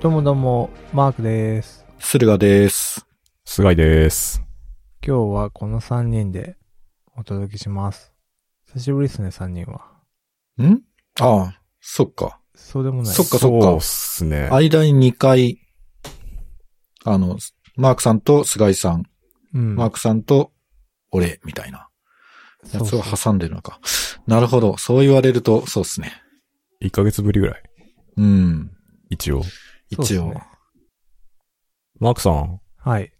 どうもどうも、マークです。駿河です。菅井です。今日はこの3人でお届けします。久しぶりですね、3人は。んああ、そっか。そうでもない。そっかそうっすね。間に2回、あの、マークさんと菅井さん、うん。マークさんと俺、みたいなやそうつそうを挟んでるのか。なるほど。そう言われると、そうっすね。 1ヶ月ぶりぐらい。うん。一応。そうっす一ね応。マークさん、はい。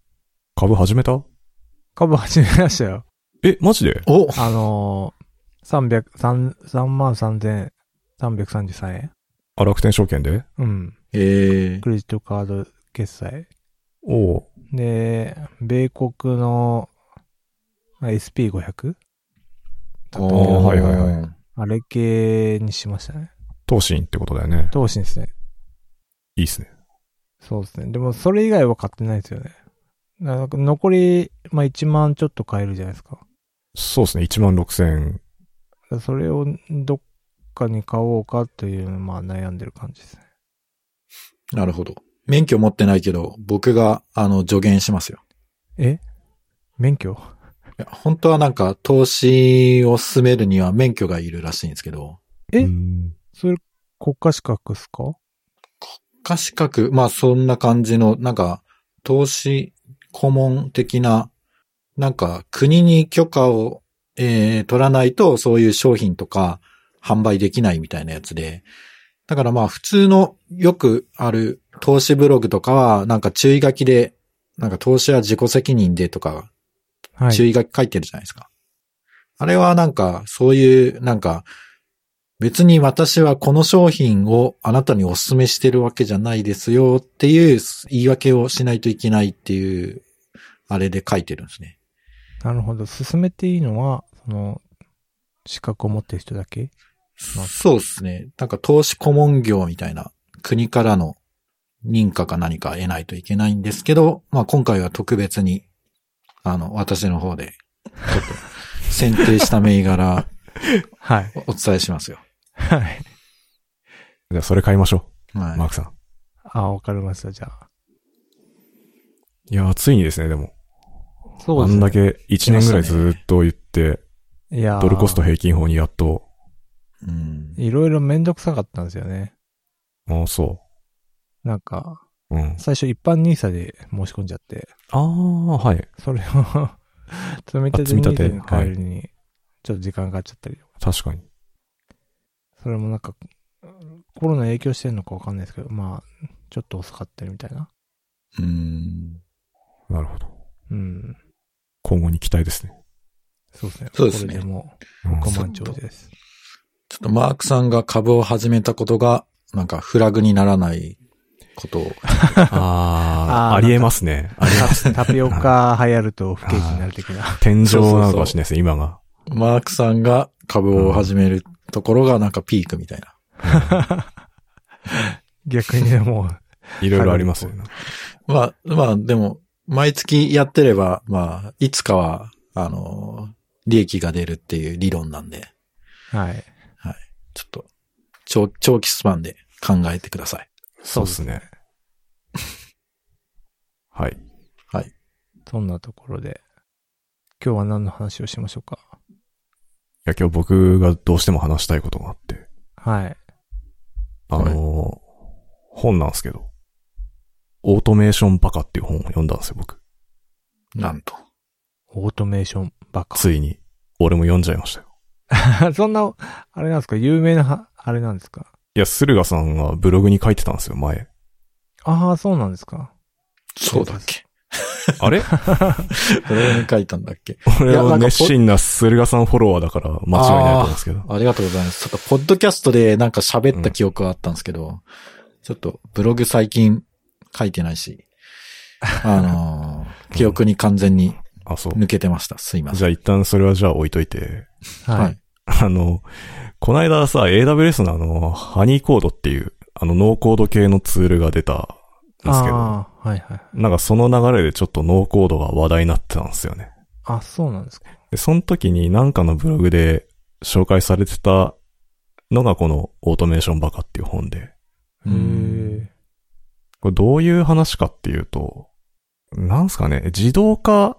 株始めたカブ始めました よ。え、マジでおあのー、300、3万3333円。あ、楽天証券でうん。えークレジットカード決済。おうで、米国の SP500? あ。ーはいはいはいあれ系にしましたね。東進ってことだよね。投資ですね。いいっすね。そうですね。でも、それ以外は買ってないですよね。なんか残り、まあ、1万ちょっと買えるじゃないですか。そうっすね。1万6千。それをどっかに買おうかという、まあ、悩んでる感じですね。なるほど。免許持ってないけど、僕が、あの、助言しますよ。え免許いや本当はなんか、投資を進めるには免許がいるらしいんですけど、えうんそれ、国家資格っすか可視覚、まあそんな感じの、なんか、投資顧問的な、なんか国に許可を、えー取らないとそういう商品とか販売できないみたいなやつで、だからまあ普通のよくある投資ブログとかはなんか注意書きで、なんか投資は自己責任でとかはい。注意書き書いてるじゃないですか。あれはなんか、そういう、なんか、別に私はこの商品をあなたにお勧めしてるわけじゃないですよっていう言い訳をしないといけないっていう、あれで書いてるんですね。なるほど。進めていいのは、その、資格を持ってる人だけまあそうですね。なんか投資顧問業みたいな国からの認可か何か得ないといけないんですけど、まあ今回は特別に、あの、私の方で、ちょっと選定した銘柄はい。おお伝えしますよ。はい。じゃあ、それ買いましょはう。いマークさん。あ、わかりました、じゃあ。いやー、ついにですね、でも。そあうですんね。だけ1年ぐらいずっと言って、いやードルコスト。平均法にやっと、うんいろいろめんどくさかったんですよね。ああ、そなんか、う。うん。最初一般 NISA で申し込んじゃって。ああ、はい。それを、 積み立てあ積み立て NISA に変えるに、ちょっと時間かかっちゃったりとか、確かに。それもなんか、コロナ影響してるのかわかんないですけど、まあ、ちょっと遅かったりみたいな。うんなるほど。うん。今後に期待ですね。そうですね。そうですねこれでもうん う、5万兆です。ちょっとマークさんが株を始めたことが、なんかフラグにならないことを。あああ、ーありえますね。ありえます。タピオカ流行ると不景気になる的な。天井なのかもしれないですね、今が。マークさんが株を始めるところがなんかピークみたいな。逆にね、もう、いろいろありますよね。まあ、まあでも、毎月やってれば、まあ、いつかは、あのー、利益が出るっていう理論なんで、はい。ちょっと、長長期スパンで考えてください。そうですね。はい。はい。そんなところで、今日は何の話をしましょうか。いや、今日僕がどうしても話したいことがあって、はい。あのー本なんですけど、オートメーションバカっていう本を読んだんですよ、僕。なんと。オートメーションバカ。ついに、俺も読んじゃいました よ。そんな、あれなんですか有名なは、あれなんですかいや、駿河さんがブログに書いてたんですよ、前。ああ、そうなんですか。そうだっ け。あ れこれに書いたんだっけ。俺いやなはんか熱心な駿河さんフォロワーだから間違いないと思うんですけど。ありがとうございます。ちょっと、ポッドキャストでなんか喋った記憶はあったんですけど、ちょっと、ブログ最近書いてないし、あのー記憶に完全にあ、そう。抜けてました。すいませじゃあ一旦それはじゃあ置いといて、ん。はい。。あの、こないださ、AWS のあの、ハニーコードっていう、あの、ノーコード系のツールが出たんですけど、ああ、はいはい。なんかその流れでちょっとノーコードが話題になってたんですよね。あ、そうなんですか。で、その時になんかのブログで紹介されてたのがこのオートメーションバカっていう本で、へえ。これどういう話かっていうと、なんすかね、自動化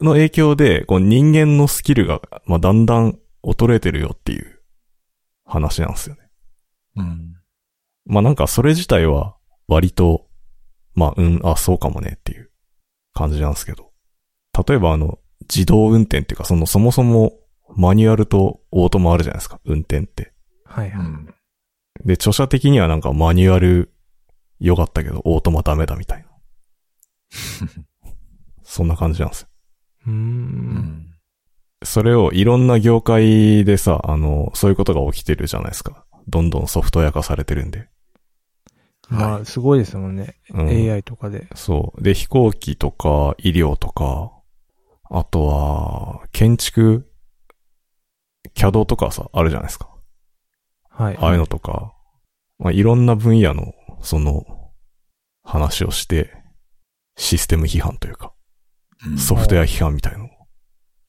の影響で、こう人間のスキルが、まあ、だんだん衰えてるよっていう話なんですよね。うん。まあなんかそれ自体は割と、まあうん、あ、そうかもねっていう感じなんですけど。例えばあの、自動運転っていうか、そのそもそもマニュアルとオートもあるじゃないですか、運転って。はいうはい。ん。で、著者的にはなんかマニュアル良かったけど、オートマダメだみたいな。そんな感じなんですよ。うー。うんん。それをいろんな業界でさ、あの、そういうことが起きてるじゃないですか。どんどんソフトウェア化されてるんで。まあ、すごいですもんね。うん AI とかで。そう。で、飛行機とか、医療とか、あとは、建築、CAD とかさ、あるじゃないですか。はい。ああいうのとか、まあ、いろんな分野の、その、話をして、システム批判というか、うんソフトウェア批判みたいのを、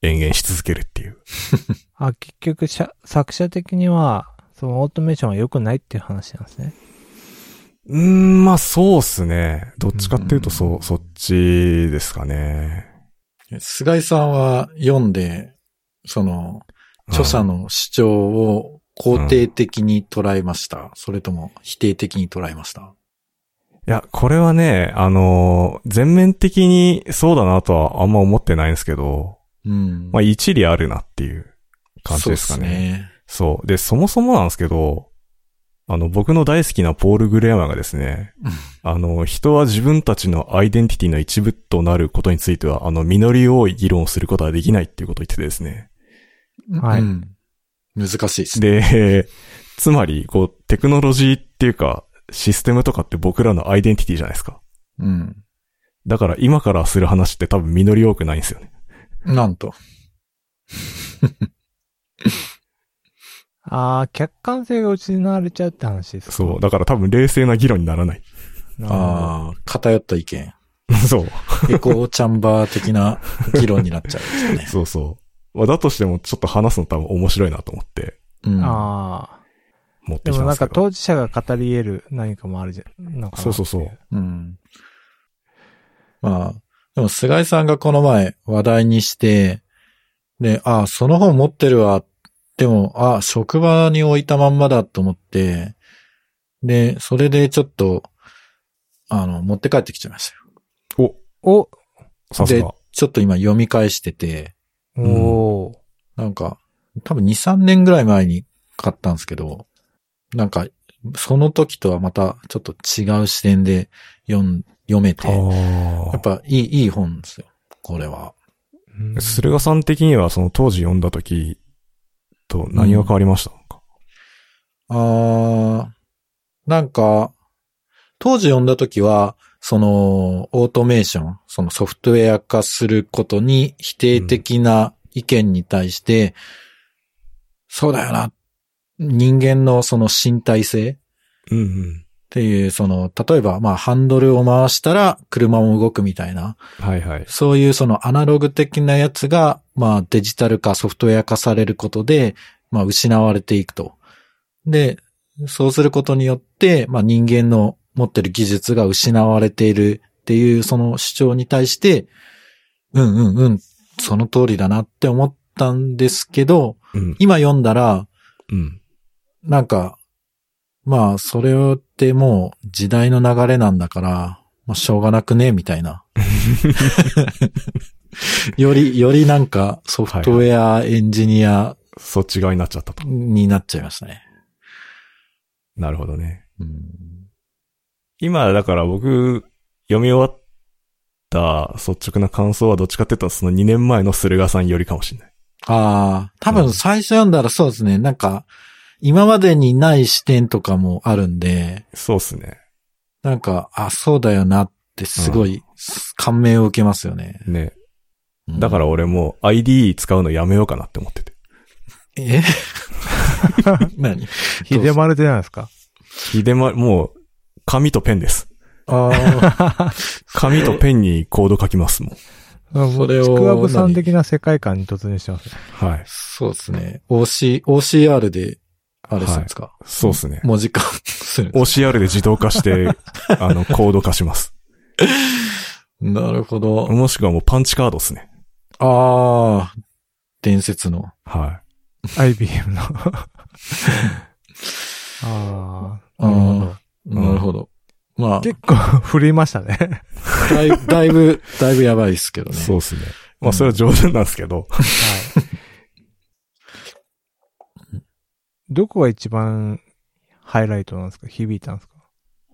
延々し続けるっていう。あ、結局、社作者的には、そのオートメーションは良くないっていう話なんですね。うーん、まあ、そうっすね。どっちかっていうと、うそん、そっちですかね。菅井さんは読んで、その、著者うんの主張を肯定的に捉えました。それとも否定的に捉えました。いや、これはね、あのー全面的にそうだなとはあんま思ってないんですけど、うん。まあい一理あるなっていう感じですかね。そうね。で、そもそもなんですけど、あの、僕の大好きなポール・グレアマーがですね、あの、人は自分たちのアイデンティティの一部となることについては、あの、実り多い議論をすることはできないっていうことを言っててですね。うんはいうん難しいですね。で、つまり、こう、テクノロジーっていうか、システムとかって僕らのアイデンティティじゃないですか。うん。だから今からする話って多分実り多くないんですよね。なんと。ああ、客観性が失われちゃうって話ですか。そう。だから多分冷静な議論にならない。 なるほどああ、偏った意見。そう。エコーチャンバー的な議論になっちゃうんですよね。 そうそう。まあ、だとしてもちょっと話すの多分面白いなと思ってうん。ああ。持ってできたもんなでんすけかど。当事者が語り得る何かもあるじゃん。のかなそうそうそう。うん。まあ、でも菅井さんがこの前話題にして、で、ああ、その本持ってるわ。でも、ああ、職場に置いたまんまだと思って、で、それでちょっと、あの、持って帰ってきちゃいましたよ。お、おさすでが。、ちょっと今読み返してて、おおなんか、多分2、3年ぐらい前に買ったんですけど、なんか、その時とはまたちょっと違う視点で読ん読めて、ああ。やっぱいい、いい本ですよ。これは。ー。うん駿河さん的にはその当時読んだ時と何が変わりましたか、あー、なんか、当時読んだ時は、その、オートメーション、そのソフトウェア化することに否定的な意見に対して、そうだよな。人間のその身体性うん、うんっていう、その、例えば、まあ、ハンドルを回したら車も動くみたいな、はいはい。そういうそのアナログ的なやつが、まあデジタル化、ソフトウェア化されることで、まあ失われていくと。で、そうすることによって、まあ人間の持ってる技術が失われているっていうその主張に対して、うんうんうん、その通りだなって思ったんですけど、うん。今読んだら、うん。なんか、まあそれってもう時代の流れなんだから、まあしょうがなくね、みたいな。より、よりなんかソフトウェアエンジニアそっち側になっちゃったと。になっちゃいましたね。なるほどね。うん今、だから僕、読み終わった率直な感想はどっちかっていうとその2年前の駿河さんよりかもしれない。ああ、多分最初読んだらそうですね。なんか、今までにない視点とかもあるんで、そうっすね。なんか、あ、そうだよなってすごい感銘を受けますよね。。ね。だからら俺も IDE 使うのやめようかなって思ってて。え 何ひでまるでないですかひでま、もう、紙とペンです。ああ、紙とペンにコード書きますもん。それをちくわぶさん的な世界観に突入してますね。はい。そうですね。OC、OCR で、ああれするんですか、そうですね。文字化するんです OCR で自動化 して、あの、コード化します。なるほど。もしくはもうパンチカードですね。ああ、伝説の。は IBM の。ああー、なるほど。んなるほど。まあ、結構 振りましたね。だいだいぶ、だいぶやばいですけどい。ね。そうですね。まあ、それは冗談なんですけど。はい。どこが一番ハイライトなんですか響いたんですか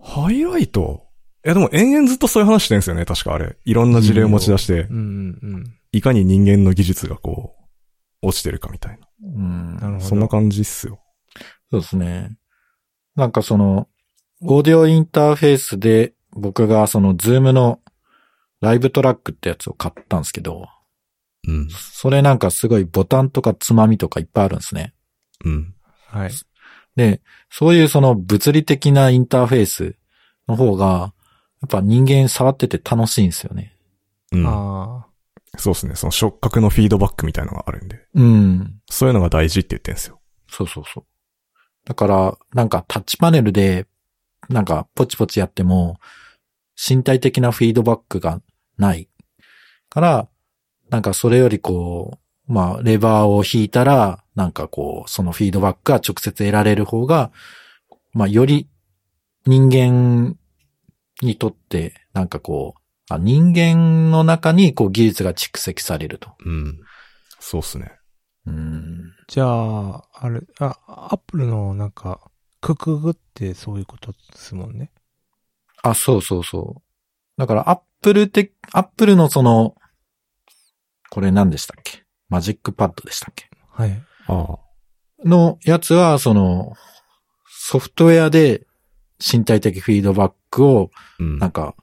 ハイライトいや、でも延々ずっとそういう話してるんですよね、確かあれ。いろんな事例を持ち出してう、んうんうん。いかに人間の技術がこう、落ちてるかみたいうんなるほな。ど。そんな感じっすよ。そうですね。なんかその、オーディオインターフェースで僕がそのズームのライブトラックってやつを買ったんですけど、うん。それなんかすごいボタンとかつまみとかいっぱいあるんですね。うん。はい。で、そういうその物理的なインターフェースの方が、やっぱ人間触ってて楽しいんですよね。うん。あそうですね。その触覚のフィードバックみたいなのがあるんで。うん。そういうのが大事って言ってんですよ。そうそうそう。だから、なんかタッチパネルで、なんかポチポチやっても、身体的なフィードバックがない。から、なんかそれよりこう、まあ、レバーを引いたら、なんかこう、そのフィードバックが直接得られる方が、まあ、より人間にとって、なんかこう、あ人間の中にこう技術が蓄積されると。うん。そうですね。うん。あ。じゃあ、あれ、あ、アップルのなんか、ククグってそういうことですもんね。あ、そうそうそう。だから、アップルて、アップルのその、これ何でしたっけマジックパッドでしたっけはい。ああ。のやつは、その、ソフトウェアで身体的フィードバックを、うんなんか、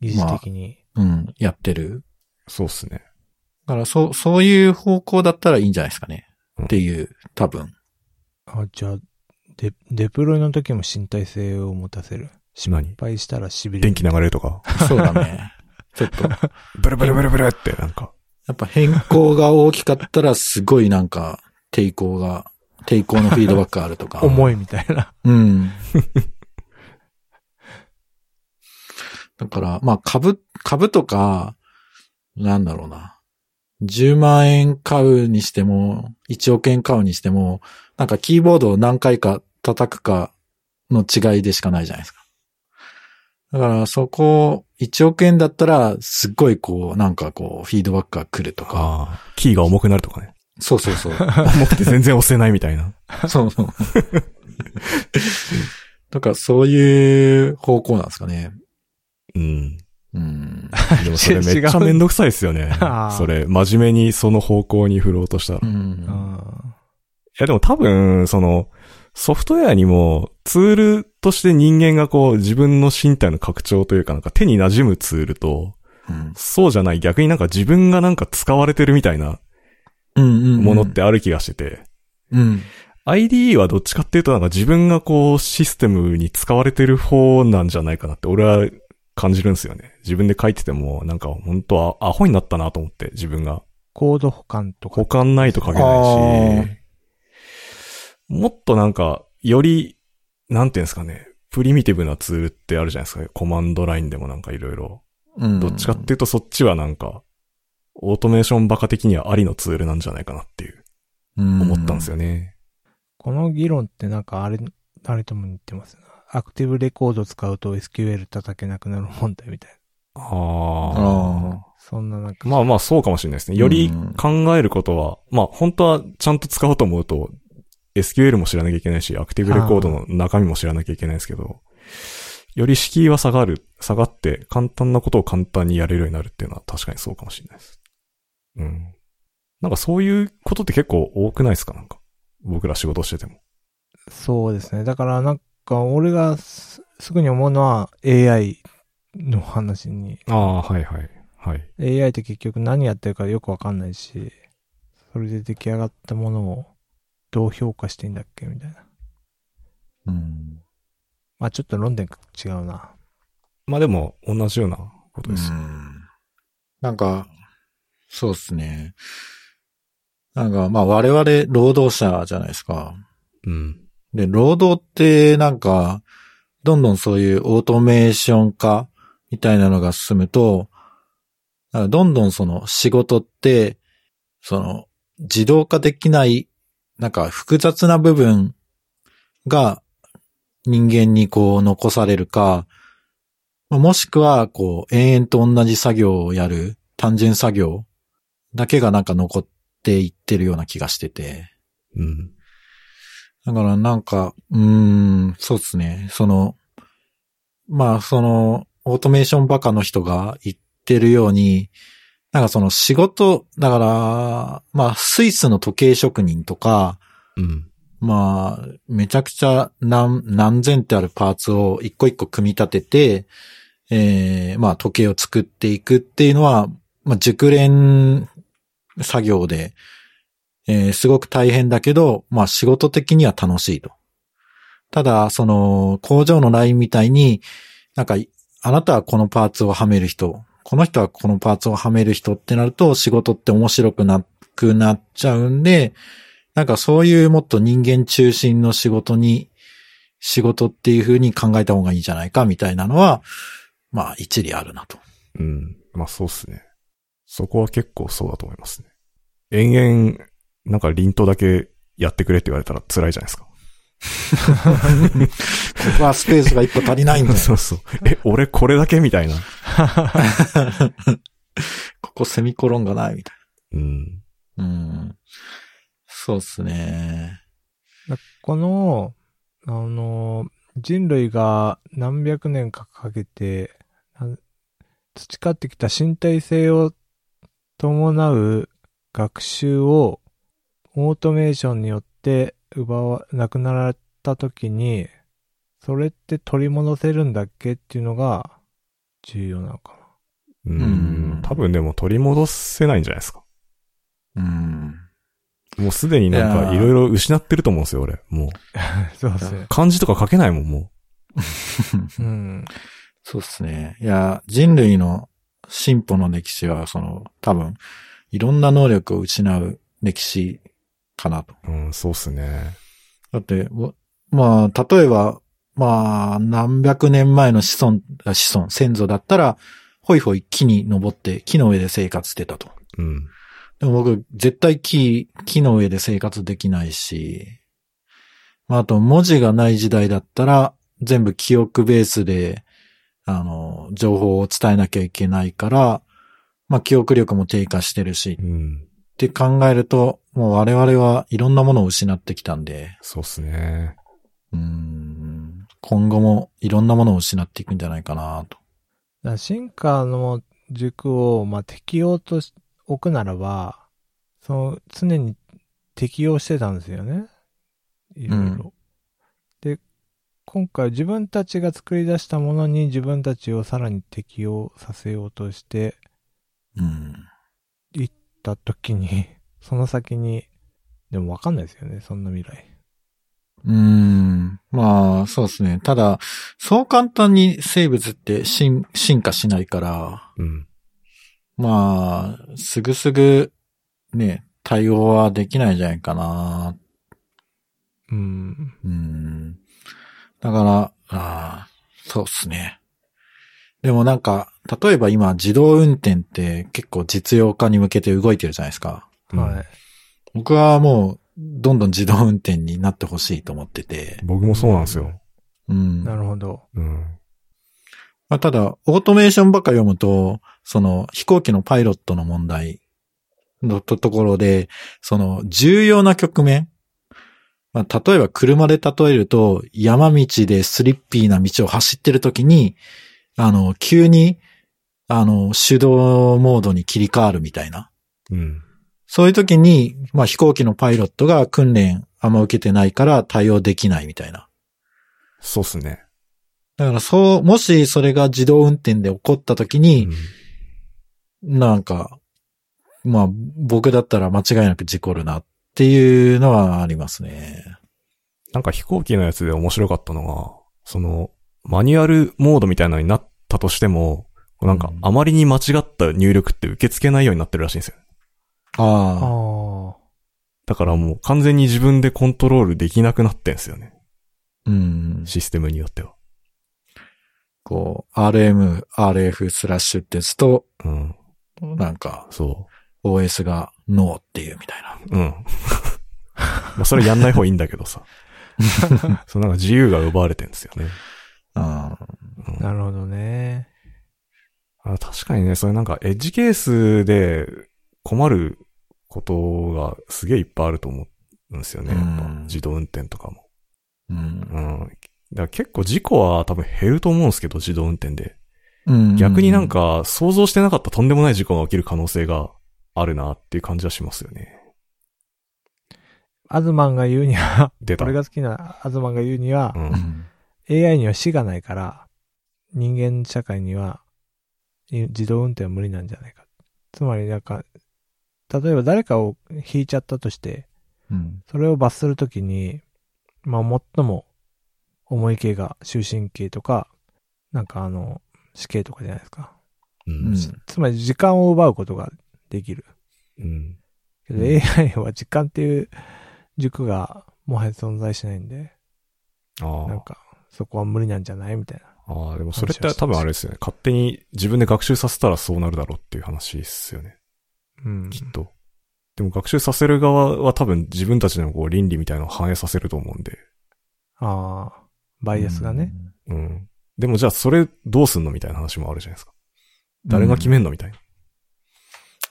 技術的に。うん、やってる。そうですね。だから、そう、そういう方向だったらいいんじゃないですかね。うんっていう、多分。あ、じゃあ、デ、デプロイの時も身体性を持たせる。失何敗したら痺れる。電気流れると か、そうだね。ちょっと、やブルブルブルブルってなんか、っぱ変更が大きかったら、すごいなんか、抵抗が、抵抗のフィードバックがある とか。重いみたいな。うん。だから、まあ株、株とか、なんだろうな。10万円買うにしても、1億円買うにしても、なんかキーボードを何回か叩くかの違いでしかないじゃないですか。だからそこ、1億円だったら、すっごいこう、なんかこう、フィードバックが来るとか。ああ、キーが重くなるとか ね。そうそうそう。重くて全然押せないみたいな。 そうそう。だからそういう方向なんですかね。うん。うん。でもそ れめっちゃめんどくさいですよね あー。それ、真面目にその方向に振ろうとしたら。ういん。やでも多分、その、ソフトウェアにもツールとして人間がこう自分の身体の拡張というかなんか手に馴染むツールと、うんそうじゃない逆になんか自分がなんか使われてるみたいなうん。ものってある気がしてて、うん。 IDE はどっちかっていうとなんか自分がこうシステムに使われてる方なんじゃないかなって俺は感じるんですよね。自分で書いててもなんか本当はアホになったなと思って自分が。コード保管とか保。管ないと書けないし、もっとなんかより、なんていうんですかね、プリミティブなツールってあるじゃないですか。コマンドラインでもなんかいろいろ。うん。どっちかっていうとそっちはなんか、オートメーションバカ的にはありのツールなんじゃないかなっていう、思ったんですよ。よね。この議論ってなんかあれ、あれとも似てますよねアクティブレコード使うと SQL 叩けなくなる問題みたいな。ああ。あそんななんか。まあまあそうかもしれないですね。よりうん考えることは、まあ本当はちゃんと使おうと思うと、SQL も知らなきゃいけないし、アクティブレコードの中身も知らなきゃいけないですけど、より敷居は下がる、下がって簡単なことを簡単にやれるようになるっていうのは確かにそうかもしれないです。うん。なんかそういうことって結構多くないですかなんか。僕ら仕事してても。そうですね。だからなんか俺がすすぐに思うのは AI の話に。ああ、はいはい。はい。 AI って結局何やってるかよくわかんないし、それで出来上がったものをどう評価していいんだっけみたいな。あ。うん。まあちょっと論点が違うな。まあでも同じようなことです。うんなんか、そうですね。なんか、まあ我々労働者じゃないですか。うん。で、労働ってなんか、どんどんそういうオートメーション化みたいなのが進むと、だからどんどんその仕事って、その自動化できない、なんか複雑な部分が人間にこう残されるか、まあもしくはこう延々と同じ作業をやる単純作業だけがなんか残っていってるような気がしてて。うん。だからなんか、うーん、そうですね。その、まあその、オートメーションバカの人が言ってるように、なんかその仕事、だから、まあスイスの時計職人とか、うん。まあ、めちゃくちゃ何、何千ってあるパーツを一個一個組み立てて、えー、まあ時計を作っていくっていうのは、まあ熟練作業で、えー、すごく大変だけど、まあ仕事的には楽しいと。ただ、その工場のラインみたいに、なんか、あなたはこのパーツをはめる人、この人はこのパーツをはめる人ってなると仕事って面白くなくなっちゃうんで、なんかそういうもっと人間中心の仕事に、仕事っていう風に考えた方がいいんじゃないかみたいなのは、まあ一理あるなと。うん。まあそうっすね。そこは結構そうだと思いますね。延々、なんか凛とだけやってくれって言われたら辛いじゃないですか。ここはスペースが一個足りないんだよ。 そうそう。え、俺これだけみたいな。 ここセミコロンがないみたいうん。な。うん。そうっすね。この、あの、人類が何百年かかけて、なん培ってきた身体性を伴う学習をオートメーションによって奪わ、なくなられた時に、それって取り戻せるんだっけっていうのが重要なのかな。ううんん。多分でも取り戻せないんじゃないですか。うん。もうすでになんかいいやーろいろ失ってると思うんですよ、俺。もう。 そうですね。漢字とか書けないもん、もうん。そうっすね。いや、人類の進歩の歴史は、その、多分、いろんな能力を失う歴史かなと。う。うん、そうっすね。だって、わまあ、例えば、まあ、何百年前の子孫、あ子孫、先祖だったら、ほいほい木に登って、木の上で生活してたと。うん。でも僕、絶対木、木の上で生活できないし、まあ、あと、文字がない時代だったら、全部記憶ベースで、あの、情報を伝えなきゃいけないから、まあ、記憶力も低下してるしう、ん。って考えると、もう我々はいろんなものを失ってきたんで、そうっすね。うーん今後もいろんなものを失っていくんじゃないかなと。だから進化の軸を、まあ、適用とし置くならば、その常に適用してたんですよね。いろいろ。で、今回自分たちが作り出したものに自分たちをさらに適用させようとしてうん。た時に、 その先に、でもわかんないですよね、そんな未来。うーん。まあ、そうですね。ただ、そう簡単に生物って進進化しないから、うん。まあ、すぐすぐ、ね、対応はできないんじゃないかな。うん。うん。だから、あーそうですね。でもなんか、例えば今自動運転って結構実用化に向けて動いてるじゃないですか。はい。僕はもう、どんどん自動運転になってほしいと思ってて。僕もそうなんですよ。うん。なるほど。うん。まあ、ただ、オートメーションばっか読むと、その、飛行機のパイロットの問題のとところで、その、重要な局面。まあ、例えば、車で例えると、山道でスリッピーな道を走ってるときに、あの、急に、あの、手動モードに切り替わるみたいな。うん。そういう時に、まあ飛行機のパイロットが訓練あんま受けてないから対応できないみたいな。そうっすね。だからそう、もしそれが自動運転で起こった時に、なんか、まあ僕だったら間違いなく事故るなっていうのはありますね。なんか飛行機のやつで面白かったのが、その、マニュアルモードみたいなのになったとしても、なんかうんあまりに間違った入力って受け付けないようになってるらしいんですよ。ああ。ああ。だからもう完全に自分でコントロールできなくなってんすよね。うん。システムによっては。こう、RM、RF スラッシュって打つと、うん。なんか、そ OS がノーっていうみたいな。う。うん。 まあそれやんない方がいいんだけ どさ。そうなんか自由が奪われてんですよね。あうんなるほどね。あ確かにね、それなんかエッジケースで困ることがすげえいっぱいあると思うんですよね。やっぱうん自動運転とかも。うん。うん。だから結構事故は多分減ると思うんですけど、自動運転で。うん逆になん、か想像してなかったとんでもない事故が起きる可能性があるなっていう感じはしますよね。アズマンが言うには、出た。俺が好きなアズマンが言うにはう、。うんん AI には死がないから、人間社会には、い自動運転は無理なんじゃないか。つまり、なんか、例えば誰かを引いちゃったとして、うん。それを罰するときに、まあ、最も重い刑が終身刑とか、なんかあの、死刑とかじゃないですか。ううんん。つまり時間を奪うことができる。うん。けどうん AI は時間っていう軸がもはや存在しないんで、あなんあか、そこは無理なんじゃないみたいな。ああ、でもそれって多分あれですよね。勝手に自分で学習させたらそうなるだろうっていう話ですよね。うん。きっと。でも学習させる側は多分自分たちのこう倫理みたいなのを反映させると思うんで。ああ、バイアスがね。。うん。でもじゃあそれどうすんのみたいな話もあるじゃないですか。誰が決めんのみたいな。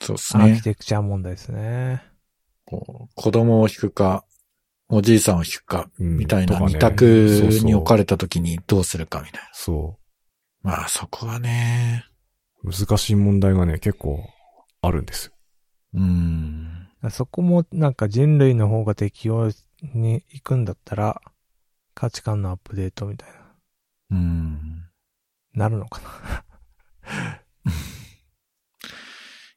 そうですアーキね。テクチャ問題ですね。こう子供を引くか、おじいさんを引くか、うんみたいとなかね二択そうそうに置かれた時にどうするかみたいな。そまあそこはね、う。難しい問題がね、結構あるんですよ。うん。そこもなんか人類の方が適応に行くんだったら、価値観のアップデートみたいな、うん。なるのかな。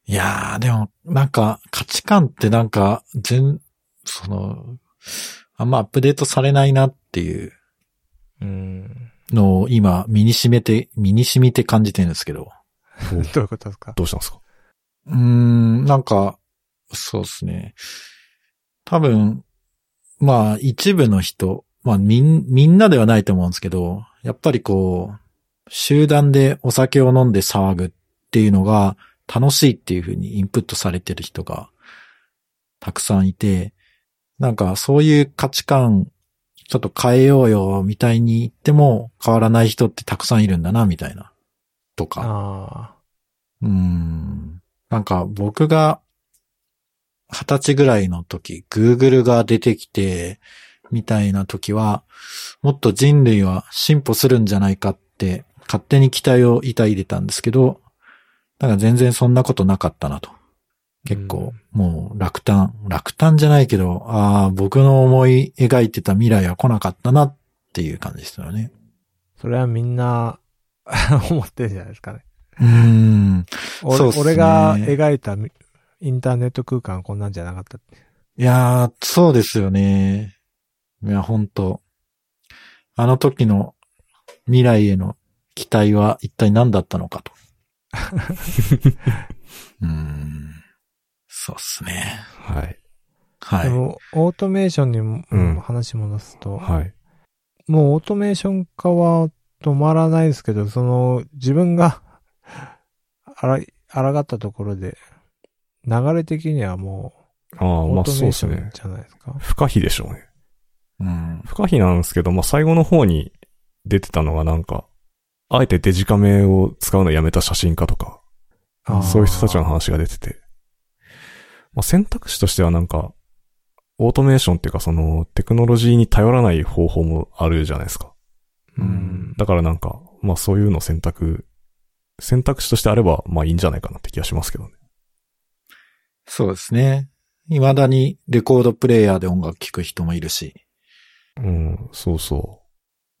いやー、でも、なんか、価値観ってなんか、全、その、あんまアップデートされないなっていううん。のを今、身に染めて、身に染みて感じてるんですけど。おどういうことですかどうしたんですかうーん、なんか、そうですね。多分、まあ一部の人、まあみん、みんなではないと思うんですけど、やっぱりこう、集団でお酒を飲んで騒ぐっていうのが楽しいっていうふうにインプットされてる人がたくさんいて、なんかそういう価値観ちょっと変えようよみたいに言っても変わらない人ってたくさんいるんだなみたいな、とか。あうーんなんか僕が二十歳ぐらいの時、Google が出てきて、みたいな時は、もっと人類は進歩するんじゃないかって、勝手に期待を抱いてたんですけど、なんか全然そんなことなかったなと。結構、もう落胆、落胆じゃないけど、ああ、僕の思い描いてた未来は来なかったなっていう感じでしたよね。あ、それはみんな、 思ってるんじゃないですかね。うーん。俺そうっすね俺が描いたみインターネット空間はこんなんじゃなかったって。いやー、そうですよね。いや、本当あの時の未来への期待は一体何だったのかと。うーん。そうっすね。はい。はでい。も、オートメーションにも、うん話戻すと、はい。もうオートメーション化は止まらないですけど、その自分が あら、あらがったところで、流れ的にはもう、ああ、オまーあトそうメーでシすョンね。じゃないですか。不可避でしょうね。うん。不可避なんですけど、まあ最後の方に出てたのがなんか、あえてデジカメを使うのやめた写真家とか、あーそういう人たちの話が出てて。まあ、選択肢としてはなんか、オートメーションっていうかそのテクノロジーに頼らない方法もあるじゃないですか。うん。だからなんか、まあそういうの選択、選択肢としてあればまあいいんじゃないかなって気がしますけどね。そうですね。未だにレコードプレイヤーで音楽聴く人もいるし。うん、そうそ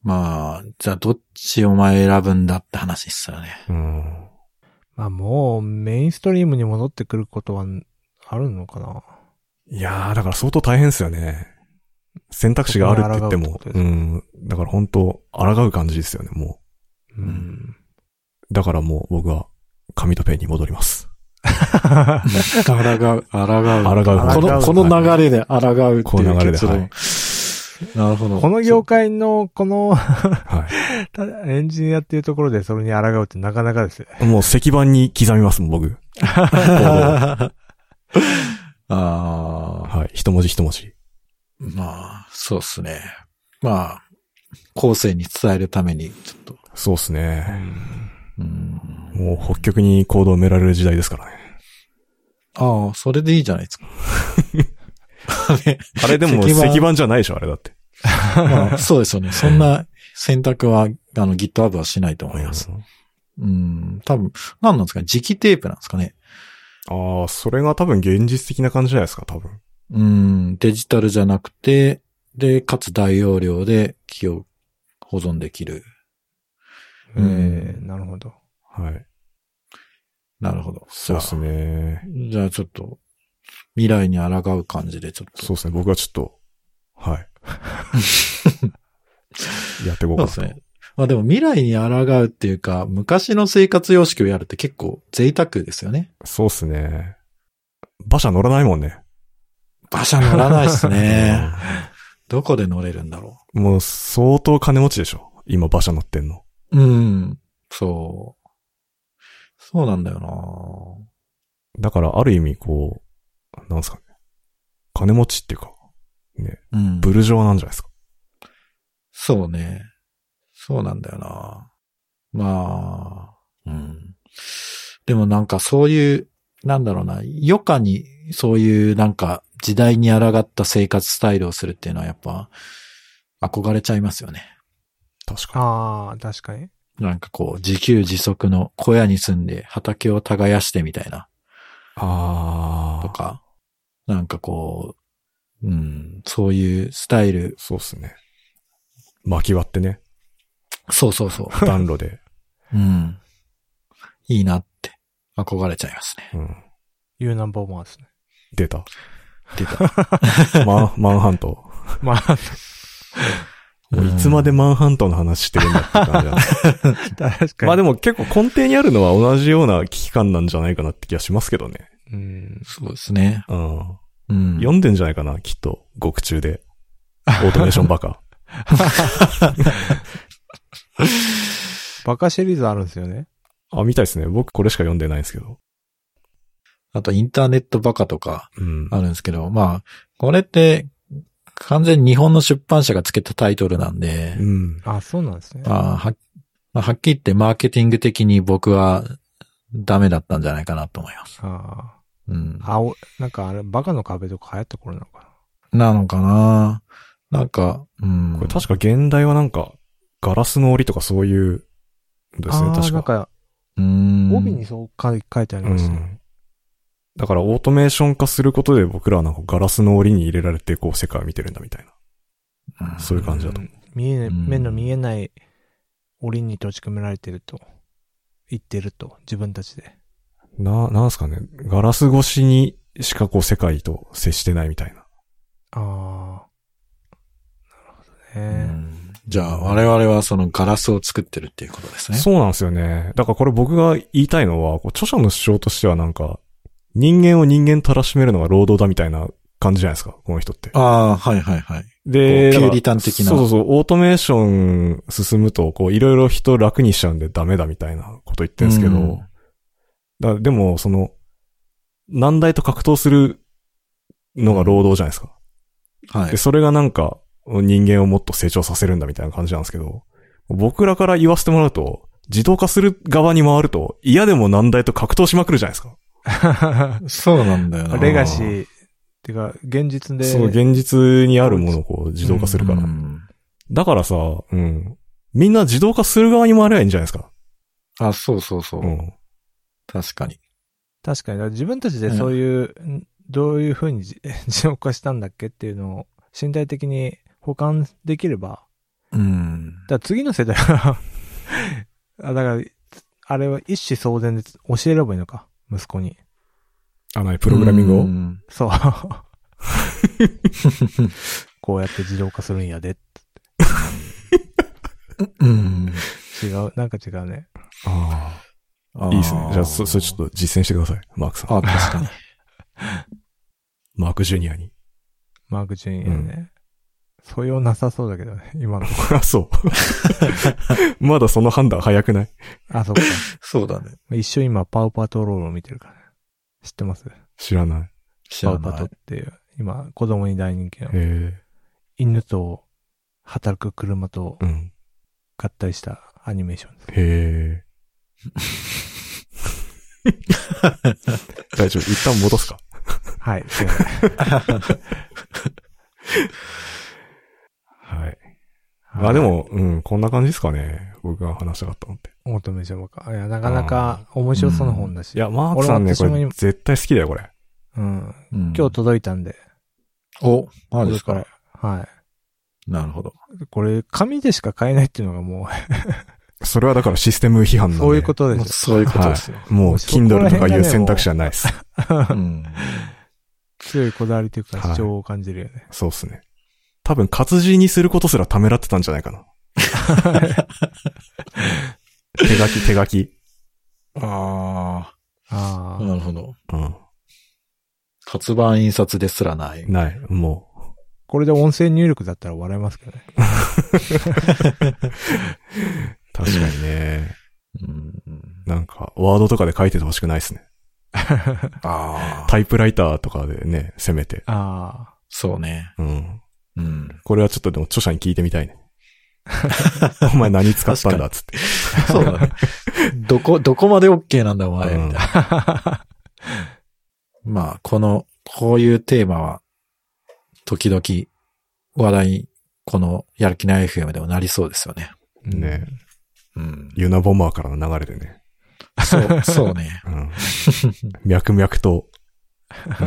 まあ、じゃあどっちお前選ぶんだって話ですよね。う。うん。まあもうメインストリームに戻ってくることはあるのかな。いやー、だから相当大変ですよね。選択肢があるって言ってそこに抗うもってこ、とうですん。だから本当、抗う感じですよね、もうん。う。だからもう僕は紙とペンに戻ります。抗う、抗う。抗うこの、この流れで抗うってこいうの流れで結論。はいなるほど。この業界の、この、 はたエンジニアっていうところでそれに抗うってなかなかですよね。い。もう石板に刻みますもん、僕。あ あはい。一文字一文字。ー、まあ、そうですね。まあ、後世に伝えるために、ちょっと、そうですね。うん。もう北極に行動を埋められる時代ですからね。ああ、それでいいじゃないですか。 あれでも石板 石板じゃないでしょ、あれだって。まあ、そうですよね。そんな選択は、あの、GitHub はしないと思います。うん、多分、何なんですかね磁気テープなんですかねああ、それが多分現実的な感じじゃないですか、多分。うん、デジタルじゃなくて、で、かつ大容量で気を保存できる。うんえーなるほど。はい。なるほど。そうですね。じゃあちょっと、未来に抗う感じでちょっと。そうですね。僕はちょっと、 はい。やっていこうかなと。そうですね。まあでも未来に抗うっていうか、昔の生活様式をやるって結構贅沢ですよね。そうっすね。馬車乗らないもんね。馬車乗らないです ね。どこで乗れるんだろうんもう相当金持ちでしょ。今馬車乗ってんの。う。うん。そう。そうなんだよなだからある意味こう、なんすかね。金持ちっていうか、うん。ブルジョアなんじゃないですか。そうね。そうなんだよな。まあ、うん。でもなんかそういう、なんだろうな、余暇にそういうなんか時代に抗った生活スタイルをするっていうのはやっぱ憧れちゃいますよね。確かああ、確かに。なんかこう自給自足の小屋に住んで畑を耕してみたいなに。あとあ。か、なんかこう、うん、そういうスタイル、そうっすね。巻き割ってね。そうそうそ暖炉で。う、うん。いいなって憧れちゃいますね。うん。 U ナンバーワンですね。出た。出た。マン、マンハント。まあ、もういつまでマンハントの話してるんだって感じだね。確かに。まあでも結構根底にあるのは同じような危機感なんじゃないかなって気がしますけどね。うん。そうですね。うん。うん。読んでんじゃないかな、きっと。獄中で。オートメーションバカ。バカシリーズあるんですよね。あ、みたいですね。僕これしか読んでないんですけど。あとインターネットバカとかうん。あるんですけど、まあ、これって完全に日本の出版社がつけたタイトルなんで、うん。あ、そうなんですね。まあは、まあはっきり言ってマーケティング的に僕はダメだったんじゃないかなと思います。あうー。んあお、なんかあれ、バカの壁とか流行った頃なのかなのかななんか、うん。これ確か現代はなんか、ガラスの檻とかそういう、でな。すね、あー確なんか。か、うん。帯にそう書い書いてありうますね。ん。だからオートメーション化することで僕らはなんかガラスの檻に入れられてこう世界を見てるんだみたいうんな。そういう感じだと思う。見えない、うん目の見えない檻に閉じ込められてると、言ってると、自分たちで。な、なんすかね。ガラス越しにしかこう世界と接してないみたいな。ああ。なるほうどね。んじゃあ、我々はそのガラスを作ってるっていうことですね。そうなんですよね。だからこれ僕が言いたいのは、こう著者の主張としてはなんか、人間を人間たらしめるのが労働だみたいな感じじゃないですか、この人って。ああ、はいはいはい。こで、うだからピューリタン的なそうそうそう、オートメーション進むと、こう、いろいろ人楽にしちゃうんでダメだみたいなこと言ってるんですけど、うんだでも、その、難題と格闘するのが労働じゃないですか。はいで、。それがなんか、人間をもっと成長させるんだみたいな感じなんですけど、僕らから言わせてもらうと、自動化する側に回ると、嫌でも難題と格闘しまくるじゃないですか。そうなんだよ な。レガシー、ってか、現実で。そう、現実にあるものをこう、自動化するから。うんだからさ、うん。みんな自動化する側に回ればいいんじゃないですか。あ、そうそうそう。うん。確かに。確かに。だから自分たちでそういう、んどういうふうにじ 自動化したんだっけっていうのを身体的に保管できれば、うん。だから次の世代は あ、だから、あれは一子相伝で教えればいいのか、息子に。あ、ない、プログラミングをうん そう。こうやって自動化するんやで。うん。違う、なんか違うね。ああーいいですね。じゃあ、そ、それちょっと実践してください。マークさん。あ、確かに。マークジュニアに。マーク・ジュニアね。素養なさそうだけどね、今の。 あ、 そう。まだその判断早くないあ、そっか。 そうだね。一緒今、パウパトロールを見てるからね。知ってます知らない。知パらウパなトっい。ていう、今、子供に大人気のへえ。犬と働く車とうん。合体したアニメーションです。へえ。 大丈夫。一旦戻すか。はい、すい ません。はい。あ、でも、うん、こんな感じですかね。僕が話したかったのって。はい。求めちゃばか。いや、なかなか面白そうな本だし。いや、マークさんね、こ俺も私れも絶対好きだよ、これ。うん。今今日、届いたんで。お、あこれでれすかから。はなるほど。い。これ、紙でしか買えないっていうのがもそれはだからシステム批判う、なんで。そういうこともでうすそういうことですよ。もう、そこら Kindle 辺がねとかいう選択肢はないです。よ。うん。強いこだわりというか、はい主張を感じるよね。そうっすね。多分、活字にすることすらためらってたんじゃないかな。手書き、手書き。 あああ、あ、なるほど。うん。活版印刷ですらない。ない。もこれで音声入力だったら笑えますけどね。う、確かにね。うん、なんか、ワードとかで書いててほしくないですね。ああ、タイプライターとかでね、せめて。あそうね。うん。うん。これはちょっとでも著者に聞いてみたいね。お前何使ったんだっつって。そうだね。どこ、どこまで OK なんだお前、みたいな。あ。 まあ、この、こういうテーマは、時々、話題に、この、やる気ない FM でもなりそうですよね。ね。うん。ユナボマーからの流れでね。そう、 そうね。うん。脈々と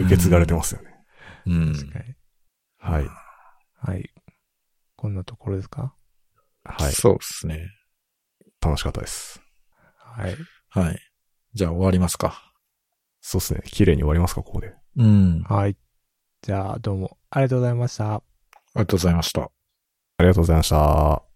受け継がれてますよね。う確んか。に。はい。はい。こんなところですかはい。そうですね。楽しかったです。はい。はい。じゃあ終わりますか。そうですね。綺麗に終わりますか、ここで。うん。あはい。じゃあ、どうもありがとうございました。りがとうございました。ありがとうございました。